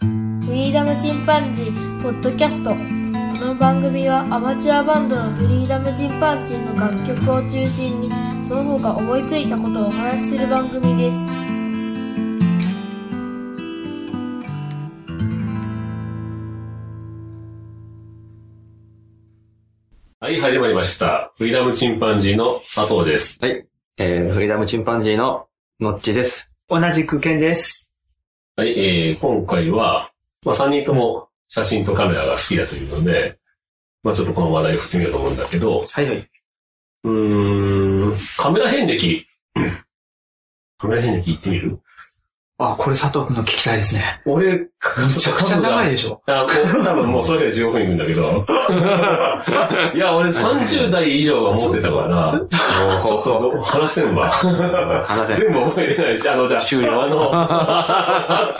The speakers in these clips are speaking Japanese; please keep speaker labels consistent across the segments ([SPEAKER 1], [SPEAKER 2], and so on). [SPEAKER 1] リーダムチンパンジーポッドキャストこの番組はアマチュアバンドのフリーダムチンパンジーの楽曲を中心にその他思いついたことをお話しする番組です
[SPEAKER 2] はい、始まりました。フリーダムチンパンジーの佐藤です。
[SPEAKER 3] えー、フリーダムチンパンジーのノッチです。
[SPEAKER 4] 同じく剣です。
[SPEAKER 2] はい、えー、今回は、まあ、3人とも写真とカメラが好きだというので、まあ、ちょっとこの話題を振ってみようと思うんだけど、
[SPEAKER 3] はいはい。
[SPEAKER 2] うーん、カメラ遍歴。 カメラ遍歴行ってみる
[SPEAKER 4] あ、これ佐藤くんの聞きたいですね。
[SPEAKER 2] 俺、め
[SPEAKER 4] めちゃくちゃ長いでしょ。
[SPEAKER 2] あ、もう多分もうそれだけで15分いくんだけど。いや、俺30代以上は持ってたから、ちょっと話せんわ。
[SPEAKER 3] 話せん
[SPEAKER 2] 全部覚えてないし、あの、じゃあ、
[SPEAKER 3] 終了
[SPEAKER 2] あ の、あ、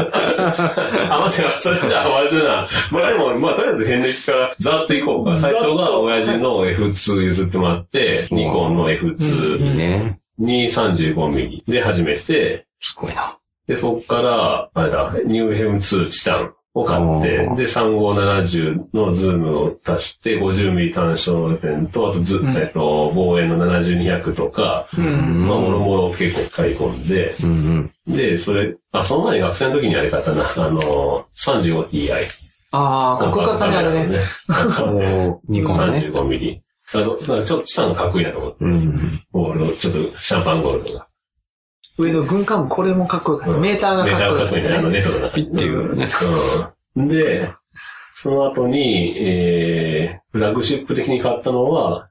[SPEAKER 2] 待ってよ、それじゃあ、割れな。まあでも、まあとりあえず遍歴からざっといこうか。最初が親父の F2 譲ってもらって、ニコンの F2
[SPEAKER 3] いいね。
[SPEAKER 2] に35ミリで始めて、
[SPEAKER 3] すごいな。
[SPEAKER 2] で、そっから、あれだ、ニューヘム2チタンを買って
[SPEAKER 3] おー、
[SPEAKER 2] で、3570のズームを足して、50ミリ単焦点と、あとず、
[SPEAKER 4] うん
[SPEAKER 2] えっと、望遠の7200とか、
[SPEAKER 4] う
[SPEAKER 3] うん
[SPEAKER 4] ん。
[SPEAKER 2] まあ、もろもろ結構買い込んで、
[SPEAKER 3] うんうん。
[SPEAKER 2] で、それ、あ、その前に学生の時にあれ買ったな、あの、35ti。
[SPEAKER 4] ああ、かっこよかったね、あれね。
[SPEAKER 2] ね。
[SPEAKER 3] おニコンね。
[SPEAKER 2] 35ミリ。あの、なんかちょっとチタンがかっこいいなと思って、
[SPEAKER 3] うん。
[SPEAKER 2] ゴールド、ちょっとシャンパンゴールドが。
[SPEAKER 4] 上の軍艦、これもかっこよかった。メーターが
[SPEAKER 2] メーター
[SPEAKER 4] か
[SPEAKER 2] が
[SPEAKER 4] っ
[SPEAKER 2] か
[SPEAKER 4] こ
[SPEAKER 2] っこいい
[SPEAKER 4] よ
[SPEAKER 2] ね、
[SPEAKER 4] か
[SPEAKER 2] あ
[SPEAKER 4] っ
[SPEAKER 2] の
[SPEAKER 4] た。
[SPEAKER 2] ネットの中
[SPEAKER 3] ピッていうね
[SPEAKER 2] うんで、その後に、えー、フラッグシップ的に買ったのは、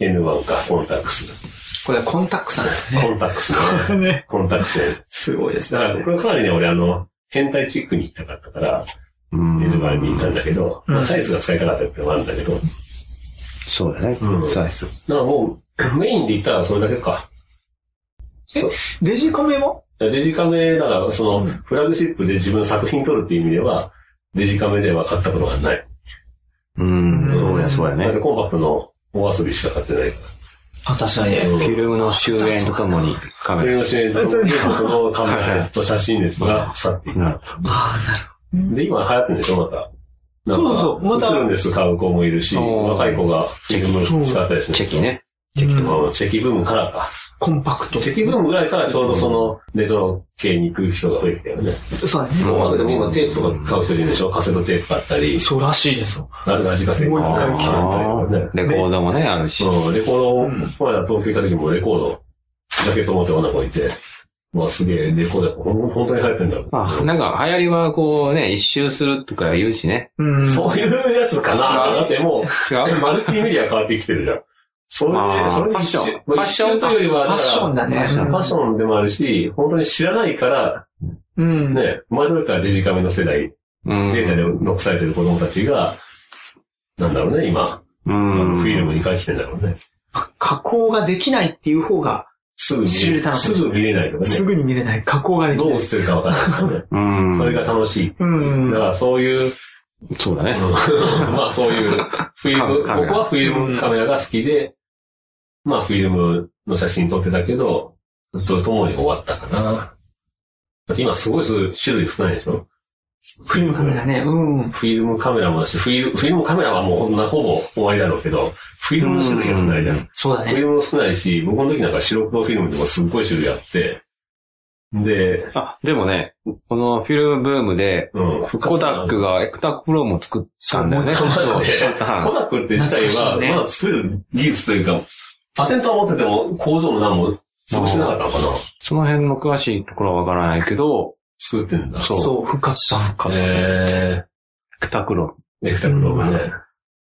[SPEAKER 2] N1 か、コンタックス。
[SPEAKER 4] これはコンタックスなんですよ
[SPEAKER 2] コ
[SPEAKER 4] ね。
[SPEAKER 2] ンタックス
[SPEAKER 4] こ
[SPEAKER 2] ね。
[SPEAKER 4] れね。
[SPEAKER 2] コンタックスね。
[SPEAKER 4] すごいです
[SPEAKER 2] だ
[SPEAKER 4] ね。
[SPEAKER 2] から、これかなりね、俺あの、変態チックに行きたかったから、
[SPEAKER 3] うん。
[SPEAKER 2] N1 に行ったんだけど、
[SPEAKER 4] うん
[SPEAKER 2] まあ、サイズが使いたかったってのもあるんだけど、だか
[SPEAKER 3] そうだね
[SPEAKER 2] う。ん
[SPEAKER 3] サイズ。
[SPEAKER 2] らもう、メインで行ったらそれだけか。
[SPEAKER 4] デジカメも
[SPEAKER 2] デジカメ、だから、その、
[SPEAKER 4] うん
[SPEAKER 2] フラッグシップで自分の作品撮るっていう意味では、デジカメでは買ったことがない。
[SPEAKER 3] うん。そうや、そうや
[SPEAKER 2] だっ
[SPEAKER 3] ね
[SPEAKER 2] て。コンパクトのお遊びしか買ってないか
[SPEAKER 4] あ、確かに
[SPEAKER 2] ら。
[SPEAKER 3] フィルムの終焉とともにカ
[SPEAKER 2] こ
[SPEAKER 3] メ
[SPEAKER 2] れ
[SPEAKER 3] ラ。
[SPEAKER 2] の主演と、このカメラですと写真ですが、去っていった。
[SPEAKER 3] な
[SPEAKER 4] ああ、なる
[SPEAKER 2] で、今流行ってるんでしょ、また。なんか
[SPEAKER 4] そうそうまた
[SPEAKER 2] 映るんです買う子もいるし、
[SPEAKER 3] おー
[SPEAKER 2] 若い子がチェキブーム使ったりして。
[SPEAKER 3] チェキね。
[SPEAKER 4] ほど。
[SPEAKER 2] チェキ
[SPEAKER 4] うん
[SPEAKER 2] チェキブームからか。
[SPEAKER 4] コンパクト。
[SPEAKER 2] チェキブームぐらいからちょうどその、レトロ系に行く人が増えてきたよね。
[SPEAKER 4] そうだね。
[SPEAKER 3] ん
[SPEAKER 2] もうでも今テープとか買う人いるでしょカセットテープ買ったり、
[SPEAKER 4] そうらしいですよ。
[SPEAKER 2] ラジカセ買ったり
[SPEAKER 4] もう一
[SPEAKER 2] と
[SPEAKER 4] 回
[SPEAKER 2] かね。
[SPEAKER 3] レコードもね、あるし。
[SPEAKER 2] うん、レコード
[SPEAKER 4] う
[SPEAKER 2] を
[SPEAKER 4] ん、
[SPEAKER 2] この間東京行った時もレコード、ジャケット持って女の子いて、まあすげえレコードやっぱほん本当に流行ってんだろう。
[SPEAKER 3] あ、なんか流行りはこうね、一周するとか言うしね。
[SPEAKER 4] うん。
[SPEAKER 2] そういうやつかなだっても
[SPEAKER 3] 違う
[SPEAKER 2] う、マルチメディア変わってきてるじゃん。それ
[SPEAKER 3] あー
[SPEAKER 2] で、それ
[SPEAKER 3] ファ
[SPEAKER 2] で
[SPEAKER 3] ッシ
[SPEAKER 2] 一
[SPEAKER 3] ョン
[SPEAKER 2] 周まあ一周というよりは、
[SPEAKER 4] ファッションだね。
[SPEAKER 2] だからファッションでもあるし、本当に知らないから、
[SPEAKER 4] うん。
[SPEAKER 2] ね、前どれからデジカメの世代、
[SPEAKER 3] うん。
[SPEAKER 2] データで残されてる子供たちが、なんだろうね、今、
[SPEAKER 3] う
[SPEAKER 2] あのフィルムに
[SPEAKER 3] ん。
[SPEAKER 2] 返してんだろうね。
[SPEAKER 4] 加工ができないっていう方が、
[SPEAKER 2] すぐ見
[SPEAKER 4] 知れ
[SPEAKER 2] れ
[SPEAKER 4] たのかもしれ
[SPEAKER 2] す
[SPEAKER 4] ない
[SPEAKER 2] ぐ見れないとか
[SPEAKER 4] す
[SPEAKER 2] ね。
[SPEAKER 4] ぐに見れない。加工ができ
[SPEAKER 2] ど
[SPEAKER 4] な
[SPEAKER 2] う
[SPEAKER 4] い。
[SPEAKER 2] 捨てるかわからないとかね。
[SPEAKER 3] うん。
[SPEAKER 2] それが楽しい。
[SPEAKER 4] うん
[SPEAKER 2] だからそういう、
[SPEAKER 3] そうだ
[SPEAKER 2] う
[SPEAKER 3] ね。
[SPEAKER 2] ん まあそういう、フィルム、僕
[SPEAKER 3] カメラ
[SPEAKER 2] はフィルムカメラが好きで、まあフィルムの写真撮ってたけど、それともに終わったかな。だって今すごいそういう種類少ないでしょ
[SPEAKER 4] フィルムカメラね。うん。
[SPEAKER 2] フィルムカメラもだし、フィルフィルムカメラはもうほんなほぼ終わりだろうけど、フィルムの種類が少ないじゃん。
[SPEAKER 3] う
[SPEAKER 4] そうだ
[SPEAKER 2] フィ
[SPEAKER 4] ね。
[SPEAKER 2] ルムも少ないし、僕の時なんか白黒フィルムでもすっごい種類あって、で、
[SPEAKER 3] あ、でもね、このフィルムブームで、
[SPEAKER 2] うん、
[SPEAKER 3] コダック
[SPEAKER 2] が。
[SPEAKER 3] がエクタックプロも作ったんだよね。
[SPEAKER 2] そ
[SPEAKER 3] そうう
[SPEAKER 2] マジでコ
[SPEAKER 3] は
[SPEAKER 2] ダックって自体は、
[SPEAKER 4] 懐かしいね
[SPEAKER 2] まだ作る技術というか、パテントは持ってても工場も何も作ってなかったのかな。
[SPEAKER 3] いその辺の詳しいところはわからないけど、
[SPEAKER 2] 作ってんだ。
[SPEAKER 3] そう。
[SPEAKER 4] そう、復活した復活した。
[SPEAKER 2] え
[SPEAKER 3] エクタックロ
[SPEAKER 2] ー、ネクタクロームね。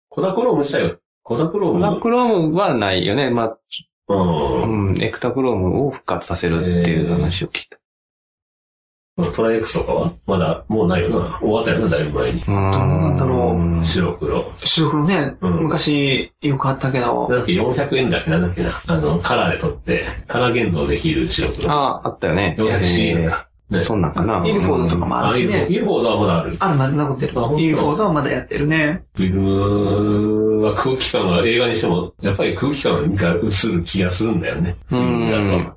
[SPEAKER 2] コダクローム自体は、コダクロー
[SPEAKER 3] ーム。エクタッ
[SPEAKER 2] ム
[SPEAKER 3] クロームはないよね。まあ、う、
[SPEAKER 2] うん
[SPEAKER 3] エクタクロームを復活させるっていう話を聞いた。
[SPEAKER 2] ん。トライ X とかはまだ、もうないよな。終わったよな、だいぶ前に。
[SPEAKER 3] うーん。
[SPEAKER 4] なんだろ
[SPEAKER 2] 白黒。
[SPEAKER 4] 白黒ね、
[SPEAKER 2] うん
[SPEAKER 4] 昔よくあったけど、
[SPEAKER 2] なんだっけ、400円だっけなんだっけな。あの、カラーで撮って、カラー現像できる白黒。
[SPEAKER 3] ああ、あったよね。
[SPEAKER 2] 400C
[SPEAKER 3] えー
[SPEAKER 2] ね
[SPEAKER 3] そんなんかな。
[SPEAKER 4] イルフォードとか
[SPEAKER 3] うん
[SPEAKER 4] も
[SPEAKER 2] あ
[SPEAKER 4] ある
[SPEAKER 2] あい
[SPEAKER 4] し
[SPEAKER 2] うの、
[SPEAKER 4] ね。
[SPEAKER 2] ビルボードはまだある。
[SPEAKER 4] あるまで残ってる
[SPEAKER 2] あ本。当
[SPEAKER 4] イルフォードはまだやってるね。
[SPEAKER 2] フィルムは空気感は映画にしても、やっぱり空気感が映る気がするんだよね。
[SPEAKER 3] うん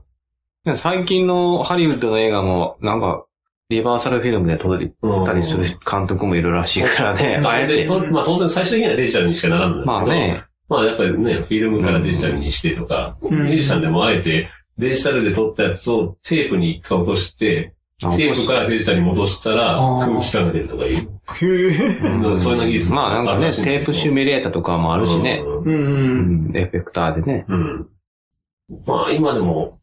[SPEAKER 2] やっぱ
[SPEAKER 3] 最近のハリウッドの映画も、なんか、リバーサルフィルムで撮ったりする監督もいるらしいからね、
[SPEAKER 2] ま
[SPEAKER 3] あ
[SPEAKER 2] あ、
[SPEAKER 3] え
[SPEAKER 2] で
[SPEAKER 3] て。
[SPEAKER 2] とまあ当然最終的にはデジタルにしかならんのだけど
[SPEAKER 3] まあね、
[SPEAKER 2] まあやっぱりね、フィルムからデジタルにしてとか、
[SPEAKER 4] ん
[SPEAKER 2] ミュージシャンでもあえてデジタルで撮ったやつをテープに一回落として、テープからデジタルに戻したら
[SPEAKER 4] あー
[SPEAKER 2] 空気感が出るとかいう。
[SPEAKER 4] へえ。
[SPEAKER 2] うんそういうの技術
[SPEAKER 3] まあなんか
[SPEAKER 2] ある
[SPEAKER 3] ね、
[SPEAKER 2] らしいんだけど
[SPEAKER 3] テープシミュレーターとかもあるしね。
[SPEAKER 2] うん。
[SPEAKER 4] う
[SPEAKER 3] う
[SPEAKER 4] んうん。
[SPEAKER 3] ん、エフェクターでね。
[SPEAKER 2] うん。まあ今でも、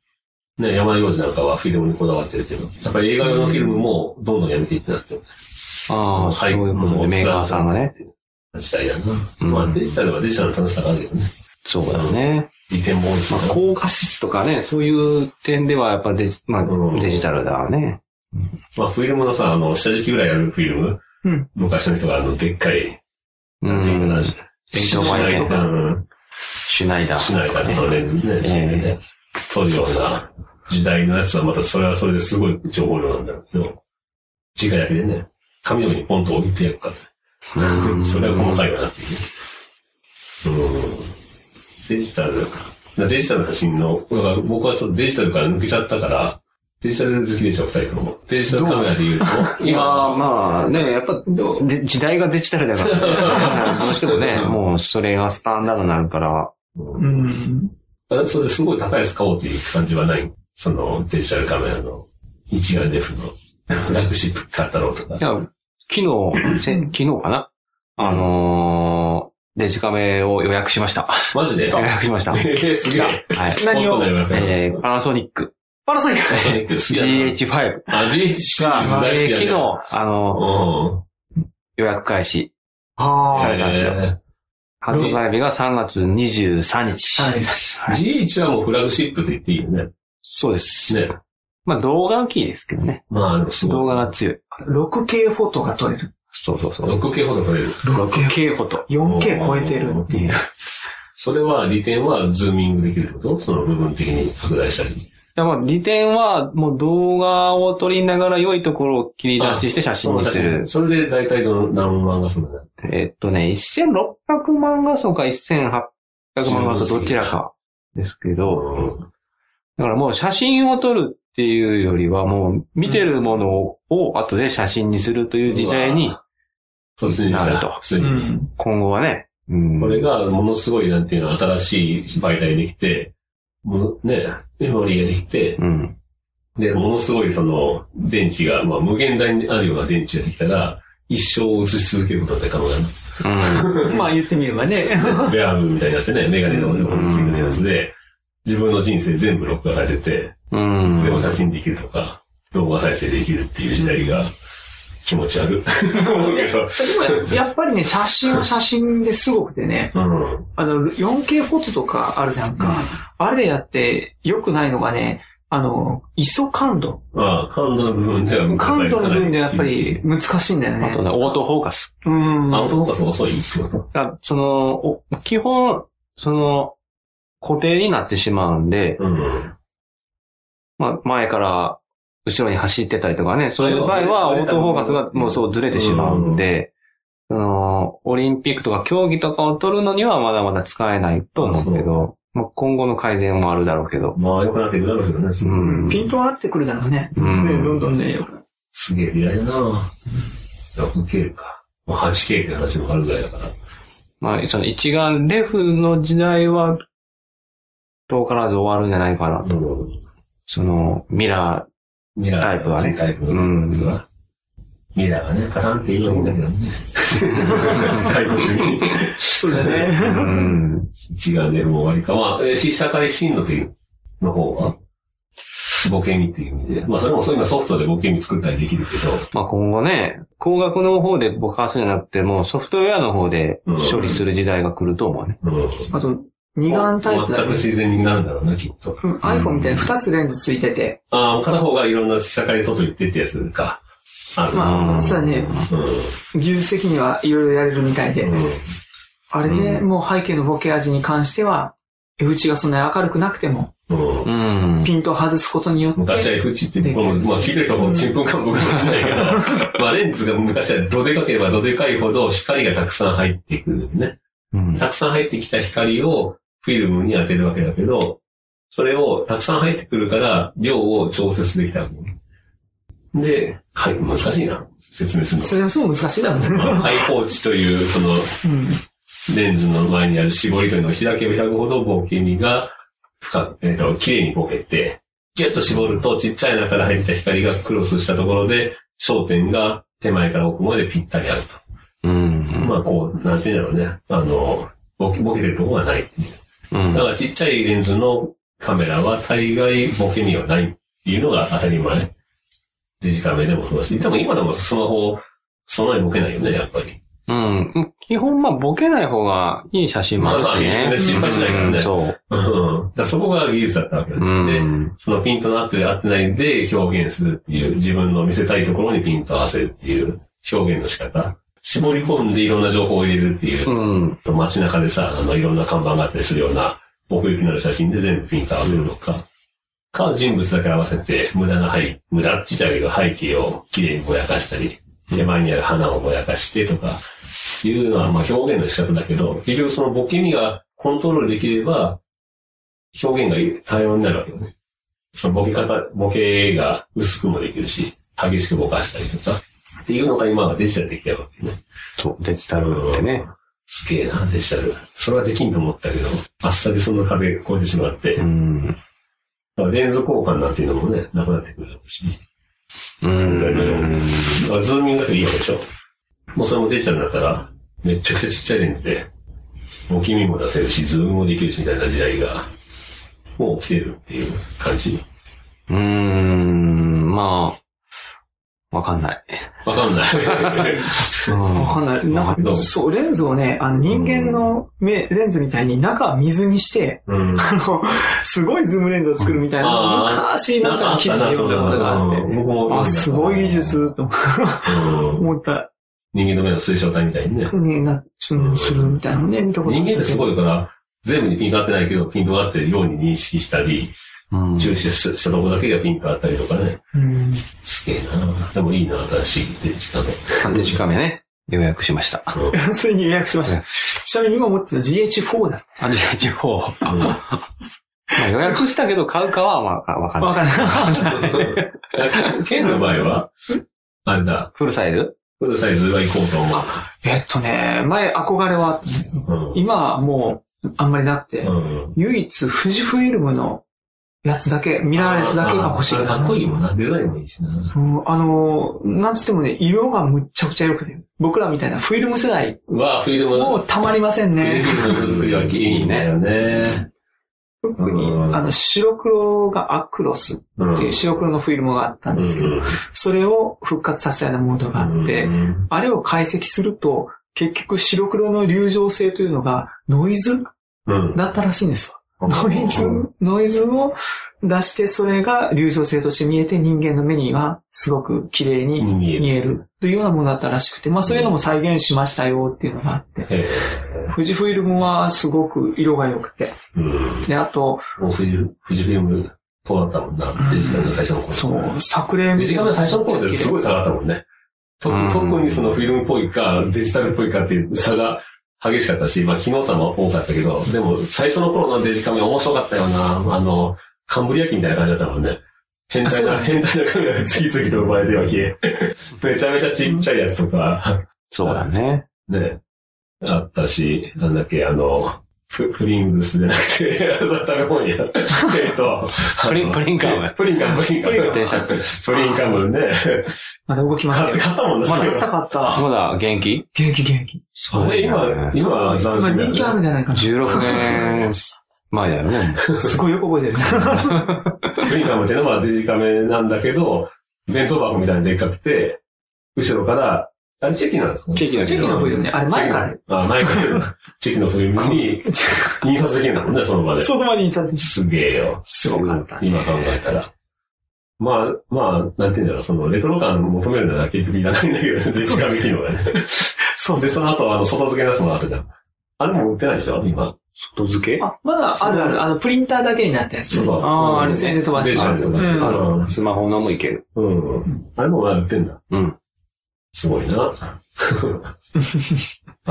[SPEAKER 2] ね、山井洋二なんかはフィルムにこだわってるけど、やっぱり映画用のフィルムもどんどんやめていってたって
[SPEAKER 3] ああ、そういうこと
[SPEAKER 2] も
[SPEAKER 3] で、
[SPEAKER 2] う
[SPEAKER 3] メーカーさんがね。。
[SPEAKER 2] 時代だな。
[SPEAKER 3] うん
[SPEAKER 2] まあデジタルはデジタルの楽しさがあるけどね。
[SPEAKER 3] そうだね。
[SPEAKER 2] 利点も多いし
[SPEAKER 3] ま
[SPEAKER 2] な、
[SPEAKER 3] あ、高画質とかね、そういう点ではやっぱデジ,、ま
[SPEAKER 2] うん
[SPEAKER 3] あ、デジタルだわね。
[SPEAKER 2] まあフィルムのさ、あの、下敷きぐらいあるフィルム。
[SPEAKER 4] うん
[SPEAKER 2] 昔の人があの、でっかい、
[SPEAKER 3] う
[SPEAKER 2] なんていうか
[SPEAKER 3] ん
[SPEAKER 2] な。
[SPEAKER 3] 弁当前
[SPEAKER 2] シナイ
[SPEAKER 3] 券
[SPEAKER 2] とか、うん
[SPEAKER 3] シュナイダ
[SPEAKER 2] シ
[SPEAKER 3] ー。
[SPEAKER 2] ナイダーとかね、ね、チームでね。当時のさ、時代のやつはまたそれはそれですごい情報量なんだけど、時間だけでね、紙の上にポンと置いてやるから。
[SPEAKER 3] うん
[SPEAKER 2] それは細かいわなっていうね。うん。デジタル、デジタルの写真の、だから僕はちょっとデジタルから抜けちゃったから、デジタル好きでしょ、二人とも。デジタルカメラで 言うと、
[SPEAKER 3] ま
[SPEAKER 2] 今、
[SPEAKER 3] あまあね、やっぱ、で時代がデジタルだか らね。あの人もね、もうそれがスタンダードになるから。
[SPEAKER 4] うん。
[SPEAKER 2] あそれですごい高いやつ買おうっていう感じはない。そのデジタルカメラの一眼レフのフラッグシップ買ったろうとか
[SPEAKER 3] い。や、昨日、せ昨日かなあのー、デジカメを予約しました。
[SPEAKER 2] マジで。
[SPEAKER 3] 予約しました。は
[SPEAKER 2] えー、すげえ。
[SPEAKER 3] い。
[SPEAKER 4] 何を
[SPEAKER 3] えー、パナソニック。パナソニッ
[SPEAKER 2] えー、好きだな。
[SPEAKER 3] GH5
[SPEAKER 2] あ、GH シリ
[SPEAKER 3] が
[SPEAKER 2] ーズ、大好きだ
[SPEAKER 3] えー昨
[SPEAKER 2] ね。
[SPEAKER 3] 日、あの、
[SPEAKER 2] うん。
[SPEAKER 3] 予約開始。
[SPEAKER 4] ああ。
[SPEAKER 3] れたんですよ
[SPEAKER 2] えー
[SPEAKER 3] 発売日が3月23日。
[SPEAKER 4] はいです。
[SPEAKER 3] はい
[SPEAKER 2] GH はもうフラッグシップと言っていいよね。
[SPEAKER 3] そうです。
[SPEAKER 2] ね。
[SPEAKER 3] まあ動画がキーですけどね。
[SPEAKER 2] まあ、でもす
[SPEAKER 3] 動
[SPEAKER 2] ごい。
[SPEAKER 3] 画が強い。
[SPEAKER 4] 6K フォトが撮れる。
[SPEAKER 3] そうそうそう。
[SPEAKER 2] 6K ほど取れる。
[SPEAKER 3] 6K フォト。
[SPEAKER 4] 4K 超えてるっていう。
[SPEAKER 3] い
[SPEAKER 2] それは利点はズーミングできるってことその部分的に拡大したり。
[SPEAKER 3] やまあ利点は、もう動画を撮りながら良いところを切り出しして写真にする。
[SPEAKER 2] それで大体どの何万画素だね。
[SPEAKER 3] えっとね、1600万画素か1800万画素どちらかですけど、だからもう写真を撮るっていうよりはもう見てるものを後で写真にするという時代
[SPEAKER 2] う
[SPEAKER 3] に
[SPEAKER 2] わ突入し
[SPEAKER 3] なる
[SPEAKER 2] た
[SPEAKER 3] と。
[SPEAKER 2] ついに。。
[SPEAKER 3] 今後はね、うん
[SPEAKER 2] これがものすごい、なんていうの、新しい媒体できて、もうね、メモリーができて、
[SPEAKER 3] うん。
[SPEAKER 2] で、ものすごいその、電池が、まあ無限大にあるような電池ができたら、一生映し続けることって可能だな。
[SPEAKER 3] うん。
[SPEAKER 4] まあ言ってみればね。
[SPEAKER 2] ベアーブみたいになってね、メガネの横についてるやつで、自分の人生全部録画されてて、
[SPEAKER 3] うん。
[SPEAKER 2] いつでも写真できるとか、動画再生できるっていう時代が気持ち悪 い。 思うけど。
[SPEAKER 4] でもやっぱりね、写真は写真ですごくてね、
[SPEAKER 2] うん。
[SPEAKER 4] あの、4K フォトとかあるじゃんか。あれでやって良くないのがね、あの、ISO 感度。
[SPEAKER 2] まあ、感度の部分では
[SPEAKER 4] 感度の分でやっぱり。難しいんだよ
[SPEAKER 3] あと
[SPEAKER 4] ね。
[SPEAKER 3] ね、オートフォーカス。
[SPEAKER 4] うん。
[SPEAKER 2] あ、男がそう遅いってこと
[SPEAKER 3] だその、お基本、その、固定になってしまうんで、
[SPEAKER 2] うん。
[SPEAKER 3] まあ、前から後ろに走ってたりとかね、そういう場合は
[SPEAKER 2] あれは
[SPEAKER 3] オートフォーカスがもうそうずれてしまうんで、その、オリンピックとか競技とかを取るのにはまだまだ使えないと思うけど、まあ、今後の改善もあるだろうけど、
[SPEAKER 2] まあ、良くなってくるだろうけどね。す
[SPEAKER 3] う
[SPEAKER 2] ごい
[SPEAKER 3] ん。
[SPEAKER 4] ピントは合ってくるだろうね。
[SPEAKER 3] うん
[SPEAKER 4] ねどんどんね、良くなる
[SPEAKER 2] すげえ嫌いだな 6K か。まあ、8K って話もあるぐらいだから。
[SPEAKER 3] まあ、その一眼レフの時代は、遠からず終わるんじゃないかな。その、ミラ
[SPEAKER 2] ミラー
[SPEAKER 3] タイプはね
[SPEAKER 2] タイプのやつは。ミラーがね、パタンって言うのもいいんだけどね。タイプ中に。
[SPEAKER 4] そうだ
[SPEAKER 3] ー。う
[SPEAKER 4] ね。
[SPEAKER 3] ん。
[SPEAKER 2] 一眼でもう終わりか。まあ、えーし社会進路という、の方は、ボケミっていう意味で。まあ、それもそういうのはソフトでボケミ作ったりできるけど、
[SPEAKER 3] まあ今後ね、工学の方でぼかすんじゃなくて、もうソフトウェアの方で処理する時代が来ると思うね。
[SPEAKER 2] うん。
[SPEAKER 4] あと、二眼タイプ
[SPEAKER 2] 全
[SPEAKER 4] だ
[SPEAKER 2] く
[SPEAKER 4] ね。
[SPEAKER 2] 自然になるんだろうな、きっと。
[SPEAKER 4] うん iPhone みたいに二つレンズついてて。
[SPEAKER 2] ああ、片方がいろんな社会で取っといてってやつか。あるんですよ
[SPEAKER 4] まあ、そうだね。技術的にはいろいろやれるみたいで。
[SPEAKER 2] うん。うん
[SPEAKER 4] あれで、
[SPEAKER 3] う
[SPEAKER 4] もう背景のボケ味に関しては、F 値がそんなに明るくなくても、
[SPEAKER 2] うん
[SPEAKER 3] うん。
[SPEAKER 4] ピントを外すことによって、
[SPEAKER 2] 昔は F 値って、このまあ聞いてる人はもうちんぷんかんぷんかもしれないけど、まあレンズが昔はどでかければどでかいほど光がたくさん入ってくるね。
[SPEAKER 3] うん
[SPEAKER 2] たくさん入ってきた光をフィルムに当てるわけだけど、それをたくさん入ってくるから量を調節できた。で、はい、難しいな。説明するの。
[SPEAKER 4] それもすごい難しいだろう
[SPEAKER 2] まあ、
[SPEAKER 4] な。
[SPEAKER 2] 開放値という、その、
[SPEAKER 4] うん。
[SPEAKER 2] レンズの前にある絞り取りの開けば開くほど、棒切りが深く、えっ、と、綺麗にボケて、ギュッと絞ると、ちっちゃい中から入った光がクロスしたところで、焦点が手前から奥までぴったりあると。
[SPEAKER 3] うん。
[SPEAKER 2] まあ、こう、なんていうんだろうね。あの、ボケボケてるところがない。
[SPEAKER 3] うん
[SPEAKER 2] だから、ちっちゃいレンズのカメラは大概ボケにはないっていうのが当たり前。デジカメでもそうだし、でも今でもスマホ、そんなにボケないよね、やっぱり。
[SPEAKER 3] うん。基本、まあ、ボケない方がいい写真もあるし
[SPEAKER 2] まあま
[SPEAKER 3] ね
[SPEAKER 2] あ。心配しないからね
[SPEAKER 3] うんそう。
[SPEAKER 2] うん。だからそこが技術だったわけだ
[SPEAKER 3] う
[SPEAKER 2] で、
[SPEAKER 3] ん。
[SPEAKER 2] そのピントの合ってる合ってないで表現するっていう、自分の見せたいところにピントを合わせるっていう表現の仕方。絞り込んでいろんな情報を入れるっていう
[SPEAKER 3] う。ん。
[SPEAKER 2] と街中でさ、あの、いろんな看板があったりするような、奥行きのある写真で全部ピント合わせるとか、か、人物だけ合わせて、無駄な背、無駄って言っちゃうけど、背景をきれいにぼやかしたり、手前にある花をぼやかしてとか、いうのは、まあ、表現の仕方だけど、結局そのボケ身がコントロールできれば、表現が多様になるわけよね。そのボケ方、ボケが薄くもできるし、激しくぼかしたりとか、っていうのが今はデジタルできたわけね。
[SPEAKER 3] そう、デジタルってね。
[SPEAKER 2] すげえな、デジタル。それはできんと思ったけど、あっさりその壁越えてしまって、
[SPEAKER 3] う
[SPEAKER 2] だ
[SPEAKER 3] ん。
[SPEAKER 2] からレンズ交換なんていうのもね、なくなってくるだろうし。
[SPEAKER 3] うん。
[SPEAKER 2] だからズーミングだけでいいわけでしょもうそれもデジタルになったら、めちゃくちゃちっちゃいレンズで、大きみも出せるし、ズームもできるしみたいな時代が、もう来てるっていう感じ。
[SPEAKER 3] うん。まあ、わかんない。
[SPEAKER 2] わかん ない。
[SPEAKER 3] うん
[SPEAKER 4] わかんない。なん
[SPEAKER 2] ど
[SPEAKER 4] か、
[SPEAKER 2] う
[SPEAKER 4] そう、レンズをね、あの人間の目、レンズみたいに中は水にして、
[SPEAKER 2] うん。
[SPEAKER 4] あの、すごいズームレンズを作るみたいな、
[SPEAKER 2] あー
[SPEAKER 4] 昔なんか
[SPEAKER 2] あっ
[SPEAKER 4] の
[SPEAKER 2] た
[SPEAKER 4] 記
[SPEAKER 2] な、
[SPEAKER 4] 事で
[SPEAKER 2] そ
[SPEAKER 4] 読ん
[SPEAKER 2] れ
[SPEAKER 4] だこ
[SPEAKER 2] は
[SPEAKER 4] とがあって、
[SPEAKER 2] 僕も
[SPEAKER 4] あ、すごい技術、と
[SPEAKER 2] うん
[SPEAKER 4] 思った。
[SPEAKER 2] 人間の目の推奨体みたいにね。
[SPEAKER 4] ね、な、その、するみたいなのね、見たことあ
[SPEAKER 2] 人
[SPEAKER 4] る
[SPEAKER 2] 間ってすごいから、全部にピント合ってないけど、ピントが合ってるように認識したり、
[SPEAKER 3] うん。
[SPEAKER 2] 重視したとこだけがピント合ったりとかね。
[SPEAKER 4] うん。
[SPEAKER 2] すげえなでもいいな、新しいデジカメ。
[SPEAKER 3] デジカメね、予約しました。
[SPEAKER 4] ついに予約しました。ちなみに今持ってた GH4 だ。
[SPEAKER 3] あ、じゃあ、地方。まあ予約したけど買うかはわかわかん
[SPEAKER 4] わ
[SPEAKER 3] ない。
[SPEAKER 4] かんない。
[SPEAKER 2] うん。剣の場合は、あれだ、
[SPEAKER 3] フルサイズ
[SPEAKER 2] フルサイズは行こうと
[SPEAKER 4] えっとね、前憧れは、
[SPEAKER 2] 思う。
[SPEAKER 4] 今はもう、あんまりなくて
[SPEAKER 2] う、ん。うん。
[SPEAKER 4] 唯一富士フイルムのやつだけ、ミラーレスだけが欲しい
[SPEAKER 2] あ
[SPEAKER 4] な。
[SPEAKER 2] れかっこいいもんな。デザインもいいしな。
[SPEAKER 4] うんあの、なんつってもね、色がむっちゃくちゃ良くて、僕らみたいなフィルム世代、
[SPEAKER 2] わあ、冬でも
[SPEAKER 4] も
[SPEAKER 2] な。
[SPEAKER 4] うたまりません
[SPEAKER 2] 富士
[SPEAKER 4] ね。
[SPEAKER 2] フィルムの作りはいいんだよね。
[SPEAKER 4] 特に、あの、白黒がアクロスっ
[SPEAKER 2] うん
[SPEAKER 4] ていう白黒のフィルムがあったんですけど、それを復活させたようなモードがあって、
[SPEAKER 2] うん
[SPEAKER 4] あれを解析すると、結局白黒の流浄性というのがノイズ
[SPEAKER 2] うん。
[SPEAKER 4] だったらしいんですわ。ノイズ、ノイズを出して、それが流浄性として見えて人間の目にはすごく綺麗に
[SPEAKER 2] 見える
[SPEAKER 4] 見えるというようなものだったらしくて、まあそういうのも再現しましたよっていうのがあって、
[SPEAKER 2] え
[SPEAKER 4] 富士フイルムはすごく色が良くて、
[SPEAKER 2] えうん。
[SPEAKER 4] で、あと、
[SPEAKER 2] もう富士、富士フィルム、そうだったもんな。デジカメの最初の頃。
[SPEAKER 4] そう、作例
[SPEAKER 2] デジカメの最初の頃ってすごい差があったもんね。と
[SPEAKER 3] うん
[SPEAKER 2] 特にそのフィルムっぽいか、デジタルっぽいかっていう差が激しかったし、まあ機能差も多かったけど、でも最初の頃のデジカメ面白かったよな。あの、カンブリア紀みたいな感じだったもんね。変態
[SPEAKER 4] あ
[SPEAKER 2] な、
[SPEAKER 4] そう
[SPEAKER 2] 変態なカメラが次々と生まれては消え。 めちゃめちゃちっちゃいやつとか、
[SPEAKER 3] そうだね。
[SPEAKER 2] ね、あったし、なんだっけ、あの、フフリングスじゃなくて、あの食べ物や。えっと、
[SPEAKER 3] プリンプリンカム
[SPEAKER 2] プリンカム、プリンカム。
[SPEAKER 3] 電車
[SPEAKER 2] プリンカムね。
[SPEAKER 4] まだ動きま
[SPEAKER 2] 買っ
[SPEAKER 4] す
[SPEAKER 2] て買
[SPEAKER 4] ね。
[SPEAKER 2] ったもんね、そ
[SPEAKER 4] まだ
[SPEAKER 2] れ
[SPEAKER 4] 買ったかった。
[SPEAKER 3] まだ元気
[SPEAKER 4] 元気元気。
[SPEAKER 3] そ
[SPEAKER 2] あれ今、今は斬
[SPEAKER 4] まあ
[SPEAKER 2] 新だ
[SPEAKER 4] 人
[SPEAKER 2] よね
[SPEAKER 4] 気あるんじゃ ないかな。
[SPEAKER 3] 16年前だよね。
[SPEAKER 4] すごいよく覚 えてる。
[SPEAKER 2] プリンカムってのはデジカメなんだけど、弁当箱みたいにでっかくて、後ろから、あれチェキなんですか
[SPEAKER 3] チェキだ
[SPEAKER 4] チェキのフィルムねあれ 前から
[SPEAKER 2] あ、前から。チェキのフィルムに印刷できるんだもんね、その場で。
[SPEAKER 4] そこまで印刷し
[SPEAKER 2] すげえよ。
[SPEAKER 4] すごかったね
[SPEAKER 2] 今考えたら。まあ、まあ、なんて言うんだろう、そのレトロ感求めるなら結局いらないんだ けど、デジカメ機能がね。
[SPEAKER 4] そう
[SPEAKER 2] で、
[SPEAKER 4] です。
[SPEAKER 2] その後、あの、外付けのやつもあったじゃん。あれも売ってないでしょ今。
[SPEAKER 3] 外付け
[SPEAKER 4] あ、まだあるある。あの、プリンターだけになったやつ。
[SPEAKER 2] そうそう。
[SPEAKER 4] ああ、あれ線で飛ば
[SPEAKER 2] デ
[SPEAKER 4] し
[SPEAKER 2] ジ
[SPEAKER 4] た。
[SPEAKER 2] タルで飛ばして
[SPEAKER 4] うん
[SPEAKER 2] うん
[SPEAKER 3] スマホのもいける。
[SPEAKER 2] うん。あれもまだ売ってんだ。
[SPEAKER 3] うん。
[SPEAKER 2] すごい な。あ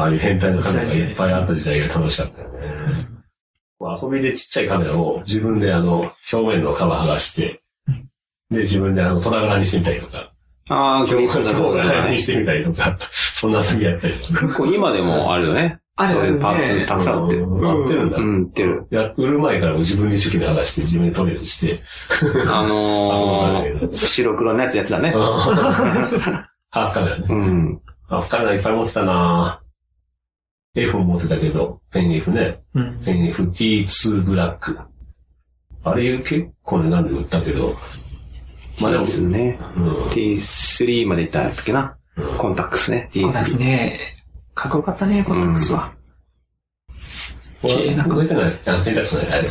[SPEAKER 2] あいう変態なカメラがいっぱいあった時代が楽しかったよね。遊びでちっちゃいカメラを自分であの、表面の皮剥がして、で、自分であの、トラ柄にしてみたりとか。
[SPEAKER 3] ああ、
[SPEAKER 2] 教科の方
[SPEAKER 3] そうだ
[SPEAKER 2] が
[SPEAKER 3] ね
[SPEAKER 2] にしてみたりとか、そんな遊びやったりとか。
[SPEAKER 3] 結構今でもあるよね。
[SPEAKER 4] あれ
[SPEAKER 3] そう
[SPEAKER 4] は
[SPEAKER 3] いうパーツ
[SPEAKER 4] ね、
[SPEAKER 3] たくさん売ってる。
[SPEAKER 2] うん売ってるんだ
[SPEAKER 3] うん、売って る。
[SPEAKER 2] いや、売る前からも自分で一生懸命剥がして、自分でトレースして。
[SPEAKER 3] あ
[SPEAKER 2] そうな
[SPEAKER 3] の
[SPEAKER 2] んだけ
[SPEAKER 3] ー、白黒のやつやつだね。
[SPEAKER 2] ハーフカメラね。
[SPEAKER 3] うん。
[SPEAKER 2] ハーフカメラいっぱい持ってたな F も持ってたけど、ペン F ね。
[SPEAKER 4] うん。
[SPEAKER 2] ペン FT2 ブラック。あれ結構ね、なんで売ったけど。まあでも、
[SPEAKER 3] T2 ね。
[SPEAKER 2] うん。
[SPEAKER 3] T3 までいったんやったっけな。コンタックスね。
[SPEAKER 4] コンタック
[SPEAKER 3] T3。
[SPEAKER 4] スね、かっこよかったね、コンタックスは。
[SPEAKER 2] 消えなくなってない。あ、ペンタックスのやつね。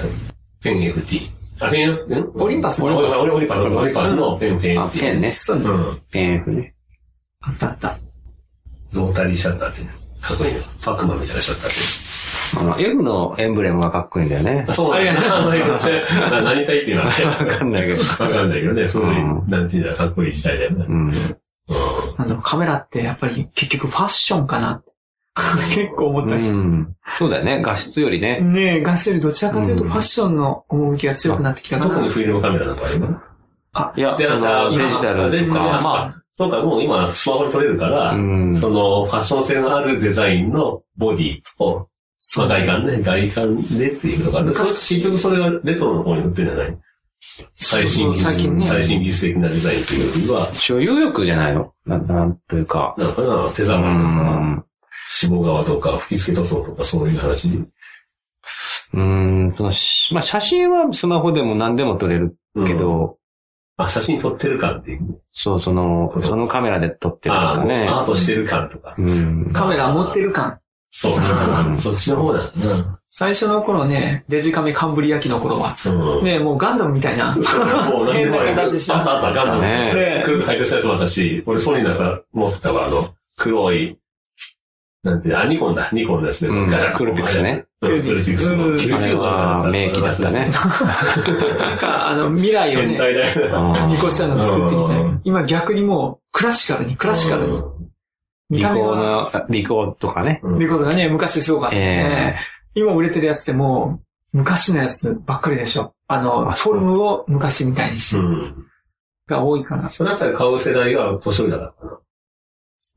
[SPEAKER 2] ペン FT。あ、ペン、ん
[SPEAKER 4] オリンパス
[SPEAKER 2] オ
[SPEAKER 4] の
[SPEAKER 2] リンパス。オリンパス。オリンパスのペン、ペン
[SPEAKER 3] あ、。ペンね。
[SPEAKER 4] そうです。
[SPEAKER 2] うん。
[SPEAKER 3] ペン F ね。
[SPEAKER 4] あったあった。
[SPEAKER 2] ロータリーシャッターって、かっこいいな。パックマンみたいなシャッターって。
[SPEAKER 3] あの、F のエンブレムがかっこいいんだよね。
[SPEAKER 2] そうなんだ。ななりたいっていうのはね、
[SPEAKER 3] わかんないけど。
[SPEAKER 2] わかんないけどね、そういう
[SPEAKER 3] う、
[SPEAKER 2] なんていうのはかっこいい時代だよね。
[SPEAKER 3] うん。
[SPEAKER 4] なんだろう、カメラってやっぱり結局ファッションかなって 結構思ったりし
[SPEAKER 3] うん。そうだよね。画質よりね。
[SPEAKER 4] てねえ、ガスよりどちらかというと
[SPEAKER 3] う
[SPEAKER 4] フ
[SPEAKER 3] ん
[SPEAKER 4] ァッションの趣が強くなってきたか
[SPEAKER 2] 特
[SPEAKER 4] な
[SPEAKER 2] に。フィルムカメラの場合は。
[SPEAKER 3] いや、
[SPEAKER 2] で、
[SPEAKER 3] そ
[SPEAKER 2] なん
[SPEAKER 3] の
[SPEAKER 2] か、
[SPEAKER 3] デジタル
[SPEAKER 2] デジ
[SPEAKER 3] と
[SPEAKER 2] タ
[SPEAKER 3] か、
[SPEAKER 2] ルは
[SPEAKER 3] ま
[SPEAKER 2] そうか、もう今スマホで撮れるか
[SPEAKER 3] あ、
[SPEAKER 2] ら
[SPEAKER 3] う、ん。
[SPEAKER 2] その、ファッション性のあるデザインのボディと、ま
[SPEAKER 4] そ
[SPEAKER 2] あ、
[SPEAKER 4] う
[SPEAKER 2] 外観ね、外観でっていうのがある。そ
[SPEAKER 4] 昔
[SPEAKER 2] 結局それがレトロの方に売ってるんじゃない最新技
[SPEAKER 4] そう最近
[SPEAKER 2] 術、
[SPEAKER 4] ね
[SPEAKER 2] 最新技術的なデザインっていうよりは、
[SPEAKER 3] 所有欲じゃないのななんというか。
[SPEAKER 2] なんかな、手
[SPEAKER 3] う
[SPEAKER 2] 触りとか、
[SPEAKER 3] ん。
[SPEAKER 2] 脂肪側とか、吹き付け塗装とか、そういう話。
[SPEAKER 3] うん。そのしまあ、写真はスマホでも何でも撮れる
[SPEAKER 2] うん
[SPEAKER 3] けど、
[SPEAKER 2] あ、写真撮ってる感っていう。
[SPEAKER 3] そう、その、そのカメラで撮ってると
[SPEAKER 2] あ
[SPEAKER 3] かね。
[SPEAKER 2] アートしてる感とか。
[SPEAKER 3] うん。
[SPEAKER 4] カメラ持ってる感。
[SPEAKER 2] そう
[SPEAKER 3] う。ん
[SPEAKER 2] そっちの方だ。うん。
[SPEAKER 4] 最初の頃ね、デジカメカンブリア紀の頃は。
[SPEAKER 2] うん。
[SPEAKER 4] ねえ、もうガンダムみたいな。
[SPEAKER 2] もう何でもあ
[SPEAKER 4] 変な
[SPEAKER 2] る。
[SPEAKER 4] 形した
[SPEAKER 2] あったあった、ガンダム
[SPEAKER 3] ね
[SPEAKER 2] ね。クール入ってたやつもあったし、俺ソニーのさ、持ってたわ、あの、黒い、なんていうの、あ、ニコンだ、ニコンですね。
[SPEAKER 3] うん
[SPEAKER 2] ガチャ
[SPEAKER 3] クールピックスね。
[SPEAKER 2] うんクールピックスの。
[SPEAKER 4] うん
[SPEAKER 2] キル
[SPEAKER 3] あ
[SPEAKER 2] キ
[SPEAKER 3] れ
[SPEAKER 2] ル
[SPEAKER 3] は名機だった ね。。
[SPEAKER 4] なんか、あの、未来を
[SPEAKER 2] 変
[SPEAKER 4] ね、
[SPEAKER 2] 態だよね。
[SPEAKER 4] 見越したの作ってきた
[SPEAKER 2] うん
[SPEAKER 4] よ。今逆にもう、クラシカルに、クラシカルに。見
[SPEAKER 3] リコ
[SPEAKER 4] た目
[SPEAKER 3] ー
[SPEAKER 4] が、
[SPEAKER 3] の、リコーとかね。
[SPEAKER 2] の
[SPEAKER 4] 見事がね、昔すごかったね。今売れてるやつでも、昔のやつばっかりでしょ。あの、
[SPEAKER 3] あ
[SPEAKER 4] フォルムを昔みたいにして
[SPEAKER 2] う
[SPEAKER 4] るやつ
[SPEAKER 2] ん。
[SPEAKER 4] が多いから。
[SPEAKER 2] そのやっぱり買う世代が年寄りだからかな。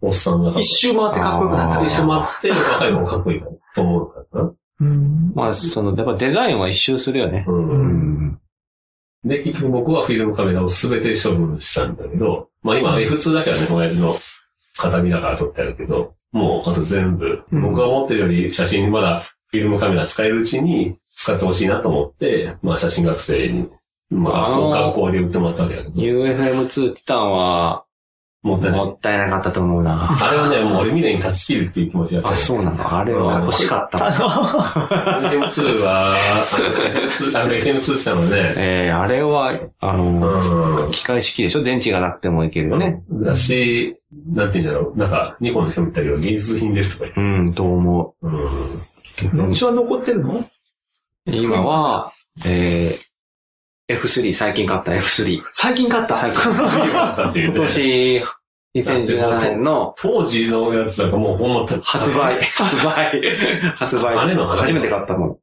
[SPEAKER 2] おっさんが。
[SPEAKER 4] 一周回ってかっこよくなった
[SPEAKER 3] あー
[SPEAKER 4] り
[SPEAKER 2] 一
[SPEAKER 4] し
[SPEAKER 2] 緒待って、若いもかっこいいと思うからな。
[SPEAKER 4] うん
[SPEAKER 3] まあ、その、やっぱデザインは一周するよね。
[SPEAKER 2] うん
[SPEAKER 3] う。
[SPEAKER 4] うん
[SPEAKER 2] で、結局僕はフィルムカメラを全て処分したんだけど、まあ今 F2 だけはね、親父の形見だから撮ってあるけど、もうあと全部、
[SPEAKER 4] うん
[SPEAKER 2] 僕が持ってるより写真まだフィルムカメラ使えるうちに使ってほしいなと思って、まあ写真学生に、まあ
[SPEAKER 3] あのー
[SPEAKER 2] 学校で売ってもらったわけだけど、
[SPEAKER 3] UFM2 ティタンは、
[SPEAKER 2] もったいない
[SPEAKER 3] も。ったいなかったと思うな。
[SPEAKER 2] あれはね、もう俺未練に断ち切るっていう気持ちがあ
[SPEAKER 3] あ、
[SPEAKER 2] って。
[SPEAKER 3] そうなんだ。あれは欲しかった。
[SPEAKER 2] FM2 は、あの FM2 あの FM2 ってたのね、
[SPEAKER 3] えー、あれは、あの、
[SPEAKER 2] うん。
[SPEAKER 3] 機械式でしょ電池がなくてもいけるよね。
[SPEAKER 2] だし、なんて言うんだろう。なんか、ニコンの人も言ったけど、芸術品ですとか
[SPEAKER 3] うん、と思
[SPEAKER 2] 言って。うん。
[SPEAKER 4] うちは残ってるの
[SPEAKER 3] う。今は、えー、F3、最近買った F3。
[SPEAKER 4] 最近買った。
[SPEAKER 3] 最近
[SPEAKER 2] だっていう
[SPEAKER 3] 今
[SPEAKER 2] ね
[SPEAKER 3] 年、2017年の
[SPEAKER 2] 当時のやつなんかもうほんま
[SPEAKER 3] 発。売、 発売、発売。
[SPEAKER 2] あれの話
[SPEAKER 3] 初めて買った もん。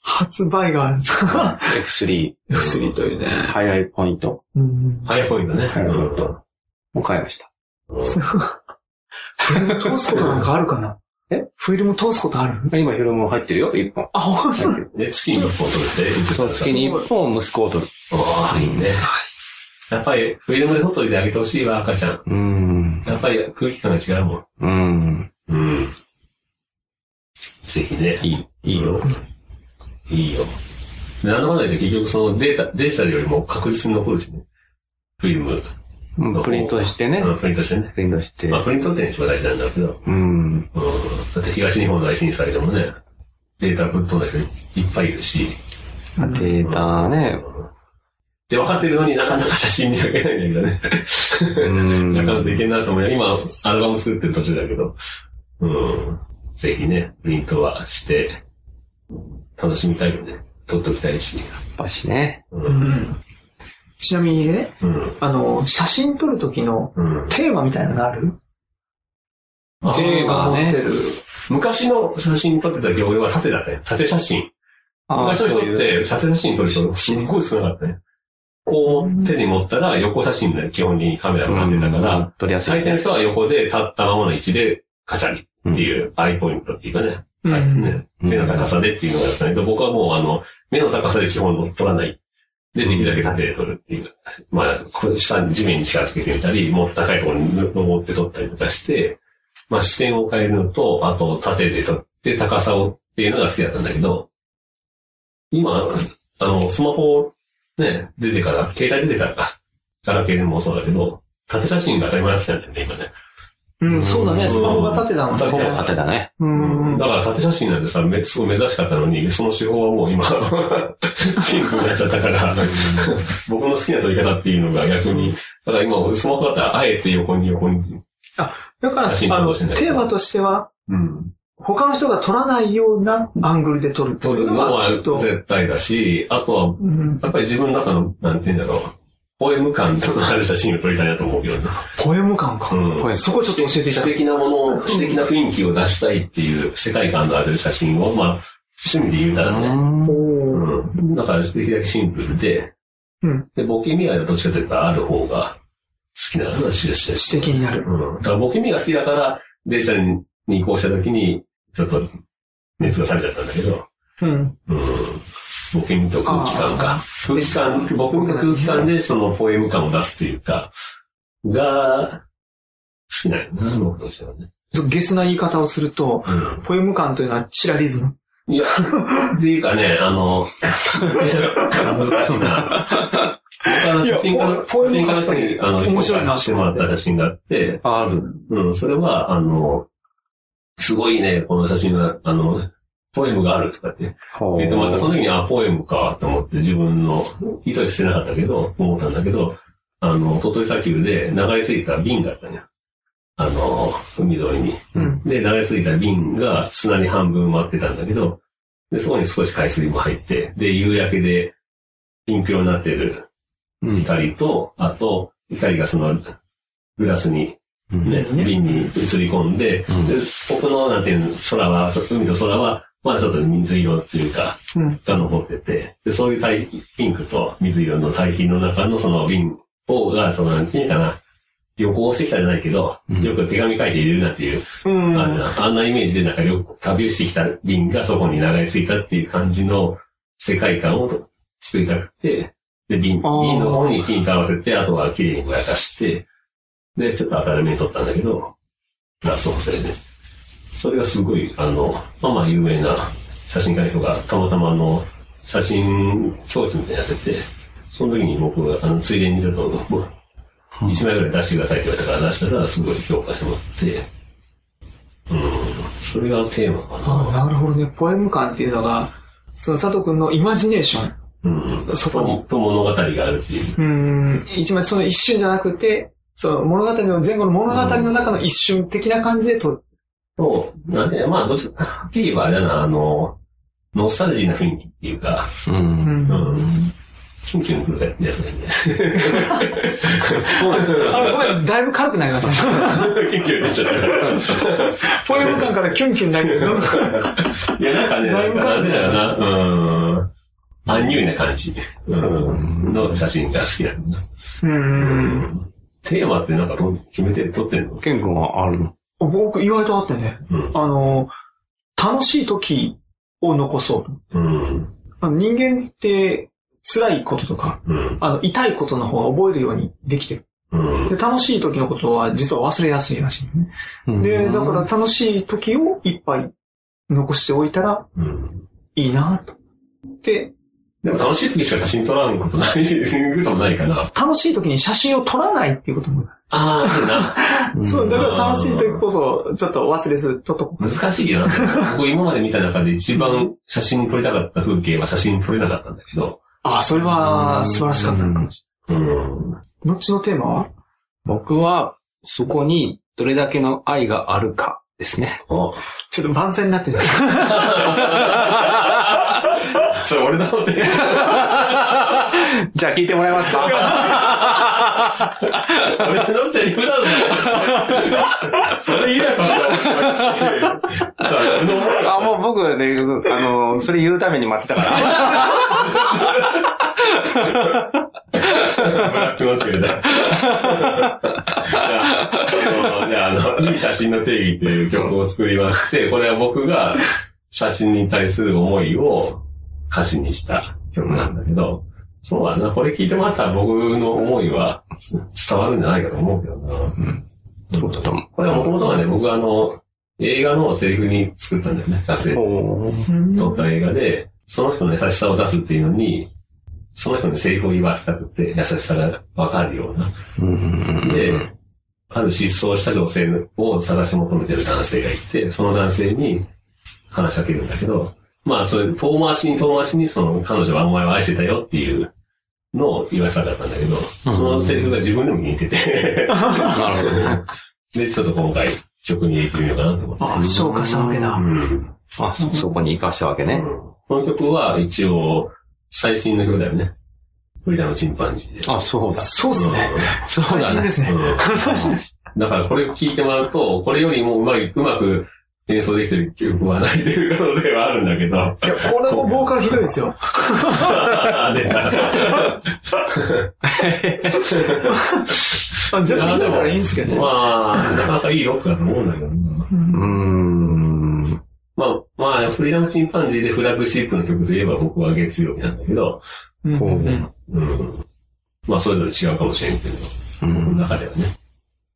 [SPEAKER 4] 発売がある。
[SPEAKER 3] F3、
[SPEAKER 4] 薬というね。
[SPEAKER 3] ハイライトポイント。
[SPEAKER 4] うん。
[SPEAKER 2] ハイポイントね。
[SPEAKER 3] ハイポイントも買いました。
[SPEAKER 4] すごい。フィルム通すことなんかあるかな
[SPEAKER 3] え
[SPEAKER 4] フィルム通すことある
[SPEAKER 3] 今、ヒロム入ってるよ、1本。
[SPEAKER 4] あ、ほんと
[SPEAKER 3] 入ってる
[SPEAKER 2] うん。で、月に一本取れて。
[SPEAKER 3] そう、月に1本息子を取る。
[SPEAKER 2] ああ、いいね。やっぱり、フィルムで外であげてほしいわ、赤ちゃん。
[SPEAKER 3] うーん。
[SPEAKER 2] やっぱり空気感が違うもん。
[SPEAKER 3] うん。
[SPEAKER 2] うん。ぜひね。
[SPEAKER 3] いい、いいよ。。
[SPEAKER 2] いいよ。なんだかんだ言って結局そのデータ、デジタルよりも確実に残るしね。フィルム。
[SPEAKER 3] うんプリントしてね。
[SPEAKER 2] うんプリントしてね。
[SPEAKER 3] プリントして。
[SPEAKER 2] まあ、プリントって一番大事なんだろうけど、
[SPEAKER 3] うん。
[SPEAKER 2] うん、だって東日本大震災でもね、データぶっ飛んだ人いっぱいいるし、
[SPEAKER 3] まあデータね。
[SPEAKER 2] で、分かってるのになかなか写真にあげないんだけどね。
[SPEAKER 3] うん。
[SPEAKER 2] なかなかいけんなと思うよ。今、アルバム作ってる途中だけど、うん、ぜひね、プリントはして、楽しみたいよね。撮っておきたいし。
[SPEAKER 3] やっぱしね。
[SPEAKER 2] う。
[SPEAKER 4] うんん。ちなみにね、
[SPEAKER 2] うん。
[SPEAKER 4] あの、写真撮る時の
[SPEAKER 2] うん。
[SPEAKER 4] テーマみたいなのある
[SPEAKER 2] あ
[SPEAKER 3] テーマね
[SPEAKER 4] 持ってる。
[SPEAKER 2] 昔の写真撮ってた時俺は縦だったよ。縦写真。昔の人って、縦写真撮る人、すっごい少なかったね。こう手に持ったら横写真で基本的にカメラが立ってたから、
[SPEAKER 3] 撮りやすい
[SPEAKER 2] 最
[SPEAKER 3] ね。
[SPEAKER 2] 低の人は横で立ったままの位置でカチャリっていうアイポイントっていうかね、はいね目の高さでっていうのがあったんだけど、僕はもうあの、目の高さで基本取らない。で、できるだけ縦で取るっていう。まあ、こう下に地面に近づけてみたり、もっと高いところに登って取ったりとかして、まあ視点を変えるのと、あと縦で取って高さをっていうのが好きだったんだけど、今、あの、スマホね、出てから、携帯出てからか、ガラケーでもそうだけど、縦写真が当たり前だったんだよね、今ね。
[SPEAKER 4] うん、そうだね。スマホが立てたもん
[SPEAKER 2] スマホが
[SPEAKER 4] ね。
[SPEAKER 2] 立
[SPEAKER 3] 縦だね。
[SPEAKER 4] うん。
[SPEAKER 2] だから縦写真なんてさ、めすごい珍しかったのに、その手法はもう今、 シンプルになっちゃったから、僕の好きな撮り方っていうのが逆に、ただ今、スマホだったらあえて横に横に。
[SPEAKER 4] だから、あ
[SPEAKER 2] 写真撮ろ
[SPEAKER 4] の、
[SPEAKER 2] うしない
[SPEAKER 4] テーマとしては、
[SPEAKER 2] うん。
[SPEAKER 4] 他の人が撮らないようなアングルで撮るって
[SPEAKER 2] 撮
[SPEAKER 4] いう
[SPEAKER 2] る
[SPEAKER 4] の
[SPEAKER 2] の
[SPEAKER 4] は、
[SPEAKER 2] は
[SPEAKER 4] ちょっと、
[SPEAKER 2] 絶対だし、あとは、
[SPEAKER 4] うん
[SPEAKER 2] やっぱり自分の中の、なんて言うんだろう、ポエム感とのある写真を撮りたいなと思うけどな。
[SPEAKER 4] ポエム感
[SPEAKER 2] う
[SPEAKER 4] か。
[SPEAKER 2] ん。
[SPEAKER 3] これ
[SPEAKER 4] そこちょっと教えていた
[SPEAKER 2] 詩
[SPEAKER 4] だき
[SPEAKER 2] 的なものを、詩的な雰囲気を出したいっていう世界観のある写真を、まあ、趣味で言うならね、
[SPEAKER 4] おー
[SPEAKER 2] うん。だから、できるだけシンプルで、
[SPEAKER 4] うん
[SPEAKER 2] で、ボケ見合いはどっちかというとある方が好きな話でしたし。
[SPEAKER 4] 指摘になる。
[SPEAKER 2] うん。だから、ボケ見が好きだから、電車に移行した時に、ちょっと熱が冷めちゃったんだけど、
[SPEAKER 4] うん。
[SPEAKER 2] うん。ボケ見と空気感か。空気感、ボケ見と空気感でそのポエム感を出すというか、が、好きなんやな、僕としてはね。
[SPEAKER 4] ゲスな言い方をすると、
[SPEAKER 2] うん。
[SPEAKER 4] ポエム感というのはチラリズム。
[SPEAKER 2] いや、っていうかね、あの、難しいな。僕あの写真家
[SPEAKER 4] い
[SPEAKER 2] の、
[SPEAKER 4] やポエ
[SPEAKER 2] 写
[SPEAKER 4] ム
[SPEAKER 2] 真家の人に、あの、
[SPEAKER 4] 面白いな
[SPEAKER 2] 公開してもらった写真があって、
[SPEAKER 3] ある。
[SPEAKER 2] うん、それは、あの、すごいね、この写真は、あの、ポエムがあるとかって言ってもらって、その時に、あ、ポエムか、と思って自分の意図してなかったけど、思ったんだけど、あの、鳥取砂丘で流れ着いた瓶があったね。あの、海沿いに。
[SPEAKER 4] うん。
[SPEAKER 2] で、流れ着いた瓶が砂に半分埋まってたんだけど、で、そこに少し海水も入って、で、夕焼けでピンク色になってる
[SPEAKER 3] うん
[SPEAKER 2] 光と、あと、光がそのグラスに、
[SPEAKER 3] うん
[SPEAKER 2] ね、瓶に映り込んで、
[SPEAKER 3] うん
[SPEAKER 2] で、僕の、なんていうの、空は、海と空は、まあちょっと水色っていうか、
[SPEAKER 4] うん。
[SPEAKER 2] が残ってて、で、そういう対ピンクと水色の対比の中のその瓶を、が、その、なんていうかな、旅行してきたじゃないけど、
[SPEAKER 3] うん
[SPEAKER 2] よく手紙書いて入れるなっていう、
[SPEAKER 4] うん。
[SPEAKER 2] あんなあんなイメージでなんか旅旅をしてきた瓶がそこに流れ着いたっていう感じの世界観を作りたくて、で、瓶、瓶
[SPEAKER 4] あー
[SPEAKER 2] の方にピンと合わせて、あとは綺麗にぼやかして、で、ちょっと明るめに撮ったんだけど、ラスト補正で。それがすごい、あの、まあまあ有名な写真家の人が、たまたまあの、写真教室みたいにやってて、その時に僕が、あの、ついでにちょっと、もう1枚ぐらい出してくださいって言われたから出したら、すごい評価してもらって、うん、それがテーマか
[SPEAKER 4] あ
[SPEAKER 2] な。
[SPEAKER 4] なるほどね。ポエム感っていうのが、その佐藤くんのイマジネーション。
[SPEAKER 2] うん、そ
[SPEAKER 4] そこ
[SPEAKER 2] こ
[SPEAKER 4] に
[SPEAKER 2] にと物語があるっていう。
[SPEAKER 4] うん。一枚その一瞬じゃなくて、その物語の前後の物語の中の一瞬的な感じで撮る。
[SPEAKER 2] そう、なんで、まあ、どっちか、はっきり言えばあれだな、あの、ノスタルジーな雰囲気っていうか、
[SPEAKER 3] う。
[SPEAKER 4] うん。
[SPEAKER 2] うんん、キュンキュンくるやつがいいね。 そうなん
[SPEAKER 4] あ、ごめん、だいぶ軽くなりましたね。
[SPEAKER 2] キュンキュン出ちゃった。
[SPEAKER 4] ポエム感からキュンキュンなる。
[SPEAKER 2] いや、なんかね、なんかなんでだよな、うん。アンニュイな感じ、うん、の写真が好きなんだな。
[SPEAKER 4] うん。
[SPEAKER 2] テーマってなんかどう決めて撮ってんの
[SPEAKER 3] ケン君はあるの
[SPEAKER 4] 僕、意外とあってね。
[SPEAKER 2] うん。
[SPEAKER 4] あの、楽しい時を残そうと。
[SPEAKER 2] うん。
[SPEAKER 4] あの人間って辛いこととか、
[SPEAKER 2] うん。
[SPEAKER 4] あの、痛いことの方が覚えるようにできてる。
[SPEAKER 2] うん。
[SPEAKER 4] で、楽しい時のことは実は忘れやすいらしいね。で、だから、楽しい時を一杯残しておいたら
[SPEAKER 2] うん。
[SPEAKER 4] いいなと。で、
[SPEAKER 2] でも楽しい時しか写真撮らんことない、こともないかな。
[SPEAKER 4] 楽しい時に写真を撮らないっていうことも。
[SPEAKER 2] ああ、そうな。
[SPEAKER 3] うん
[SPEAKER 4] そう、だから楽しい時こそ、ちょっと忘れず、ちょっと、
[SPEAKER 2] 難しいよな。僕今まで見た中で一番写真撮りたかった風景は写真撮れなかったんだけど。
[SPEAKER 4] ああ、それは素晴らしかったのかもし
[SPEAKER 2] うん。
[SPEAKER 4] れない。後のテーマは
[SPEAKER 3] 僕は、そこにどれだけの愛があるかです ね。
[SPEAKER 2] お
[SPEAKER 4] ちょっと万全になってるんです。
[SPEAKER 2] それ俺だろうね。
[SPEAKER 3] じゃあ聞いてもらえます か
[SPEAKER 2] 俺のセリフだぞ。それ言えなかった。さあ俺のものが
[SPEAKER 3] あ、もう僕ね、あの、それ言うために待ってたから。
[SPEAKER 2] 気持ちが出た。じゃあ、あのじゃあ、あの、いい写真の定義っていう曲を作りまして、これは僕が写真に対する思いを歌詞にした曲なんだけど、そうだな、これ聞いてもらったら僕の思いは伝わるんじゃないかと思うけどな。
[SPEAKER 3] そうだと思
[SPEAKER 2] これはもともとはね、僕はあの、映画のセリフに作ったんだよね、撮影
[SPEAKER 3] う。おー
[SPEAKER 2] 撮った映画で、その人の優しさを出すっていうのに、その人のセリフを言わせたくて、優しさがわかるような。
[SPEAKER 3] うん
[SPEAKER 2] で、ある失踪した女性を探し求めてる男性がいて、その男性に話しかけるんだけど、まあ、それ、遠回しに遠回しに、その、彼女はお前を愛してたよっていうのを言わせたかったんだけど、そのセリフが自分でも似て て、
[SPEAKER 3] なるほどね。
[SPEAKER 2] で、ちょっと今回曲に入れてみようかなと思って。
[SPEAKER 4] ああ、消化したわけ
[SPEAKER 2] う
[SPEAKER 4] だ。
[SPEAKER 2] ん
[SPEAKER 3] あ、そ、 そこに活かしたわけね。
[SPEAKER 2] この曲は一応、最新の曲だよね。フリーダのチンパンジーで。
[SPEAKER 3] あ、そうだ。
[SPEAKER 4] そうっすね。
[SPEAKER 3] そ
[SPEAKER 4] 最新ですね。最新です。
[SPEAKER 2] だからこれを聴いてもらうと、これよりもうまい、うまく演奏できてる曲はないという可能性はあるんだけ ど。
[SPEAKER 4] いや、これもボーカルひどいですよ。あ全部ひどいからいいんですけどね。
[SPEAKER 2] まあ、なかなかいいロックだと思うんだけどな。
[SPEAKER 3] うーん。
[SPEAKER 2] まあ、まあ、フリーダムチンパンジーでフラッグシップの曲といえば僕は月曜日なんだけど、
[SPEAKER 4] うん
[SPEAKER 3] こう
[SPEAKER 4] うん
[SPEAKER 2] うん。まあ、それぞれ違うかもしれんけど、
[SPEAKER 3] う
[SPEAKER 2] この
[SPEAKER 3] ん。
[SPEAKER 2] 中ではね、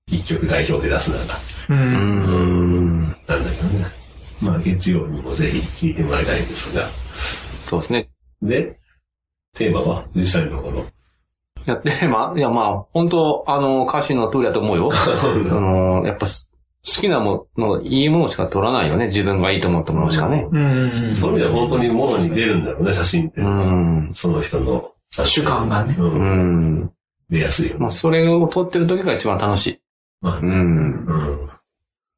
[SPEAKER 2] 一曲代表で出すなら、
[SPEAKER 4] う
[SPEAKER 3] うんん。
[SPEAKER 2] なんだけどね。まあ、月曜にもぜひ聴いてもらいたいんですが。
[SPEAKER 3] そうですね。
[SPEAKER 2] で、テーマは実際のところ。
[SPEAKER 3] いや、テーマいや、まあ、本当あの、歌詞の通りだと思うよ。あの、やっぱす、好きなもの、いいものしか撮らないよね。自分がいいと思ったものしかね。
[SPEAKER 4] うんうん
[SPEAKER 2] そういう意味では本当にものに出るんだろうね、写真って。
[SPEAKER 3] うん。
[SPEAKER 2] その人の。
[SPEAKER 4] 主観がね。
[SPEAKER 2] う。
[SPEAKER 3] うんん。
[SPEAKER 2] 出やすいよね。
[SPEAKER 3] まあ、それを撮ってる時が一番楽しい。
[SPEAKER 2] まあ
[SPEAKER 3] う、ん。
[SPEAKER 2] うん。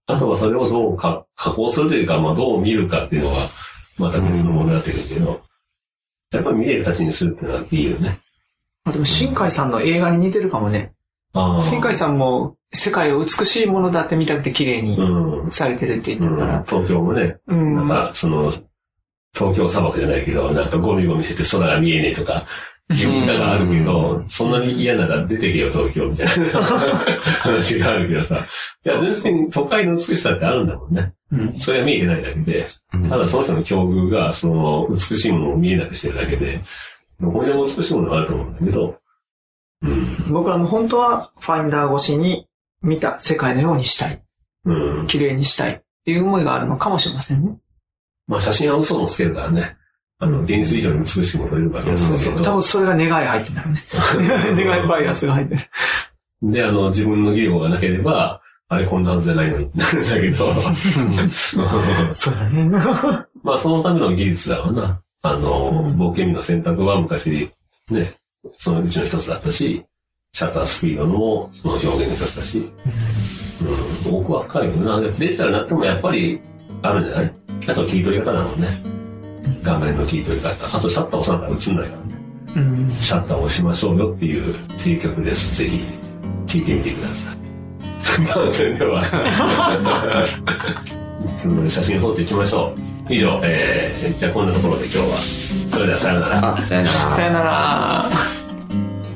[SPEAKER 2] あとはそれをどうか加工するというか、まあどう見るかっていうのは、また別の問題だってくるけど、やっぱり見える形にするっていうのはいいよね。
[SPEAKER 4] あでも、新海さんの映画に似てるかもね。
[SPEAKER 2] あ
[SPEAKER 4] 新海
[SPEAKER 2] さ
[SPEAKER 4] さんも、世界を美しいものだって見たくて綺麗
[SPEAKER 2] う
[SPEAKER 4] に
[SPEAKER 2] ん。うん。
[SPEAKER 4] されてるって言ってるから。
[SPEAKER 2] 東京もね、
[SPEAKER 4] うん。
[SPEAKER 2] なんか、その、東京砂漠じゃないけど、なんかゴミゴミしてて空が見えねえとか、いう歌があるけど、そんなに嫌なら出てけよ東京みたいな話があるけどさ。じゃあ全然都会の美しさってあるんだもんね。
[SPEAKER 4] うん
[SPEAKER 2] それは見えてないだけで、
[SPEAKER 3] うん
[SPEAKER 2] ただその人の境遇が、その美しいものを見えなくしてるだけで、どこにでも美しいものがあると思うんだけど、うん。
[SPEAKER 4] 僕はもう本当は、ファインダー越しに見た世界のようにしたい。
[SPEAKER 2] うん。
[SPEAKER 4] 綺麗にしたい。っていう思いがあるのかもしれませんね。
[SPEAKER 2] まあ写真は嘘もつけるからね。あの、現実以上に美しいものが出るからね。
[SPEAKER 4] そうそう。多分それが願い入ってんだろうね。 願いバイアスが入ってる。
[SPEAKER 2] で、あの、自分の技量がなければ、あれこんなはずじゃないのにって なるんだけど、
[SPEAKER 4] そうだね。
[SPEAKER 2] まあそのための技術だろうな。あの、
[SPEAKER 4] うん
[SPEAKER 2] 冒険日の選択は昔、ね、そのうちの一つだったし、シャッタースピードのその表現の一つだし、うん、僕は深いよな。でデジタルになってもやっぱりあるんじゃないあと切り取り方だもんね。画面の切り取り方。あとシャッター押さなきゃ映んないからね。
[SPEAKER 4] うん。
[SPEAKER 2] シャッターを押しましょうよっていう提曲です。ぜひ、聴いてみてください。 番宣では。 ということで写真撮っていきましょう。以上、えー、じゃあこんなところで今日は。それではさようなら。
[SPEAKER 3] あ、さよなら
[SPEAKER 4] さ。よなら。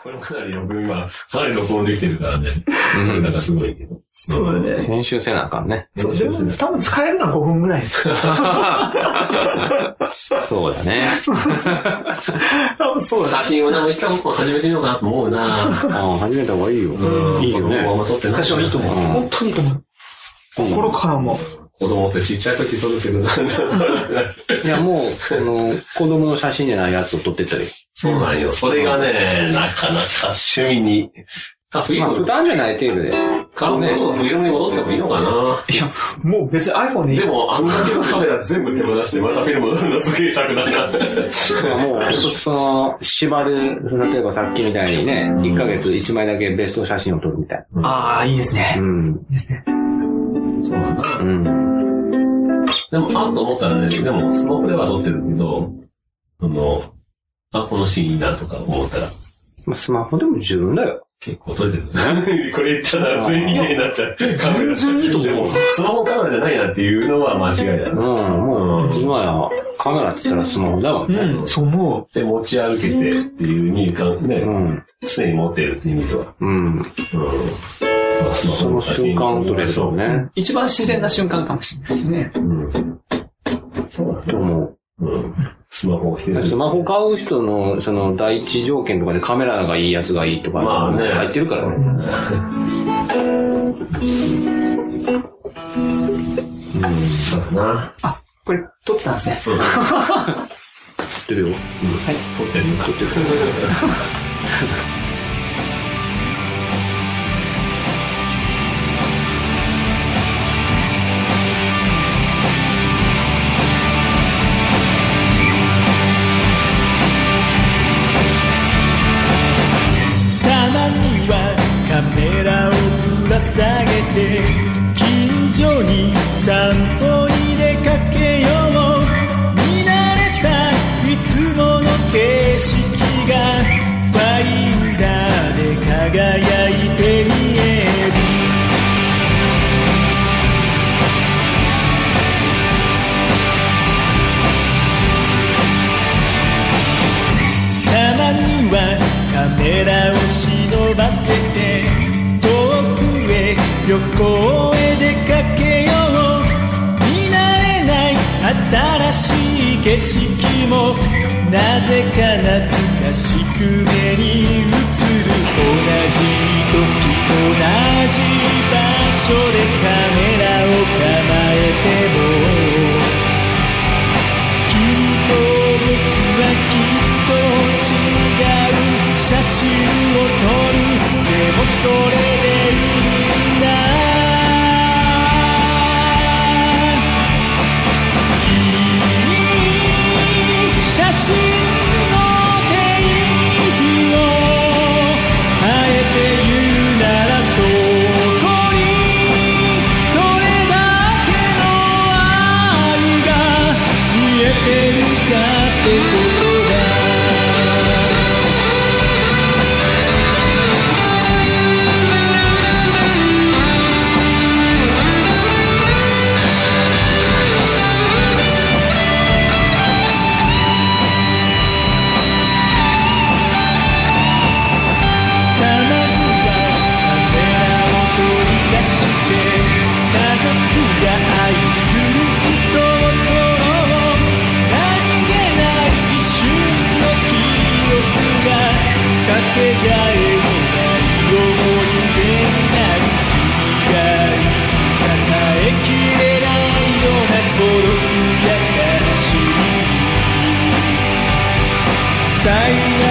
[SPEAKER 2] これかなり録音、今、かなり録音できてるからね。
[SPEAKER 3] うん
[SPEAKER 2] なんかすごいけど。
[SPEAKER 4] そうだね。
[SPEAKER 3] 編集せなあかんね。
[SPEAKER 4] そう、でも多分使えるのは5分ぐらいです。
[SPEAKER 3] そうだね。
[SPEAKER 4] 多分そうだ
[SPEAKER 2] 写
[SPEAKER 4] ね。
[SPEAKER 2] 真をでも一回僕も始めてみようかなと思うな。
[SPEAKER 3] ああ、始めた方がいいよ。
[SPEAKER 2] うん
[SPEAKER 3] いいよね。
[SPEAKER 2] 僕も撮ってない
[SPEAKER 4] 昔はいいと思う。
[SPEAKER 3] うん
[SPEAKER 4] 本当にいいと思う。心からも。
[SPEAKER 2] 子供ってちっちゃい時撮るけど、だんだん撮れない
[SPEAKER 3] いや、もう、あの、子供の写真じゃないやつを撮ってったり。
[SPEAKER 2] そうなんよ。それがね、なかなか趣味に。あ、フィ
[SPEAKER 3] まあ、
[SPEAKER 2] ル
[SPEAKER 3] 負
[SPEAKER 2] ム、
[SPEAKER 3] 担じゃない程度で。
[SPEAKER 2] 買うね。フィルムに戻ってもいいのかない
[SPEAKER 4] や、もう別に iPhone でいい
[SPEAKER 2] で。も、あんだけのカメラ全部手放して、またフィルム戻るのすげえ尺だった。
[SPEAKER 3] もう、そその、縛る、その例えばさっきみたいにね、1ヶ月1枚だけベスト写真を撮るみたい
[SPEAKER 4] ああ、いいです
[SPEAKER 3] な。
[SPEAKER 4] ね
[SPEAKER 3] う。ん。
[SPEAKER 4] いいですね。
[SPEAKER 2] そうだ
[SPEAKER 3] う
[SPEAKER 2] な。
[SPEAKER 3] ん。
[SPEAKER 2] でも、あと思ったらね、でも、スマホでは撮ってるけど、その、あ、このシーンいいなとか思ったら。
[SPEAKER 3] まあ、スマホでも十分だよ。
[SPEAKER 2] 結構撮れてるね。 これ言ったら全否定になっちゃう。カメラ
[SPEAKER 3] 全然いいと思う
[SPEAKER 2] でもスマホカメラじゃないなっていうのは間違いだ
[SPEAKER 3] うん、
[SPEAKER 2] な。
[SPEAKER 3] もう、今や、カメラって言ったらスマホだもんね。
[SPEAKER 4] うん、そう思う。
[SPEAKER 2] で、持ち歩けてっていう意味が
[SPEAKER 3] う
[SPEAKER 2] ね、
[SPEAKER 3] ん。
[SPEAKER 2] 常に持ってるっていう意味では。
[SPEAKER 3] うん。
[SPEAKER 2] うん。まあスマホ
[SPEAKER 3] その
[SPEAKER 2] 写
[SPEAKER 3] 瞬
[SPEAKER 2] 真
[SPEAKER 3] 間を撮れ
[SPEAKER 2] そ
[SPEAKER 3] そうう。ね。
[SPEAKER 4] 一番自然な瞬間かもしれないですね。
[SPEAKER 2] うん。そうだね。
[SPEAKER 3] でも、
[SPEAKER 2] うん。スマホを否定す
[SPEAKER 3] ス
[SPEAKER 2] る。
[SPEAKER 3] マホ買う人の、その、第一条件とかでカメラがいいやつがいいとか、
[SPEAKER 2] まあね
[SPEAKER 3] 入ってるからね。
[SPEAKER 2] そうだな。
[SPEAKER 4] あ、これ撮ってたんですね。
[SPEAKER 2] うん撮
[SPEAKER 3] 入ってるよ。
[SPEAKER 2] ってるよ。撮ってる。
[SPEAKER 5] たまにはカメラをぶら下げて近所に散歩に出かけよう見慣れたいつもの景色がファインダーで輝いて見えるたまにはカメラを忍ばせて遠くへ旅行へ出かけよう見慣れない新しい景色もなぜか懐かしく目に映る同じ時同じ場所でカメラを構えても「君と僕はきっと違う」「写真を撮る」「でもそれでいいんだ」「いい写真の定義をあえて言うならそこに」「どれだけの愛が見えてるか」「カメラを取り出して」「家族や愛する人を撮ろう」「何気ない一瞬の記憶がかけがえのない思い出になる」「君がいつか耐えきれないような孤独や悲しみ」「災難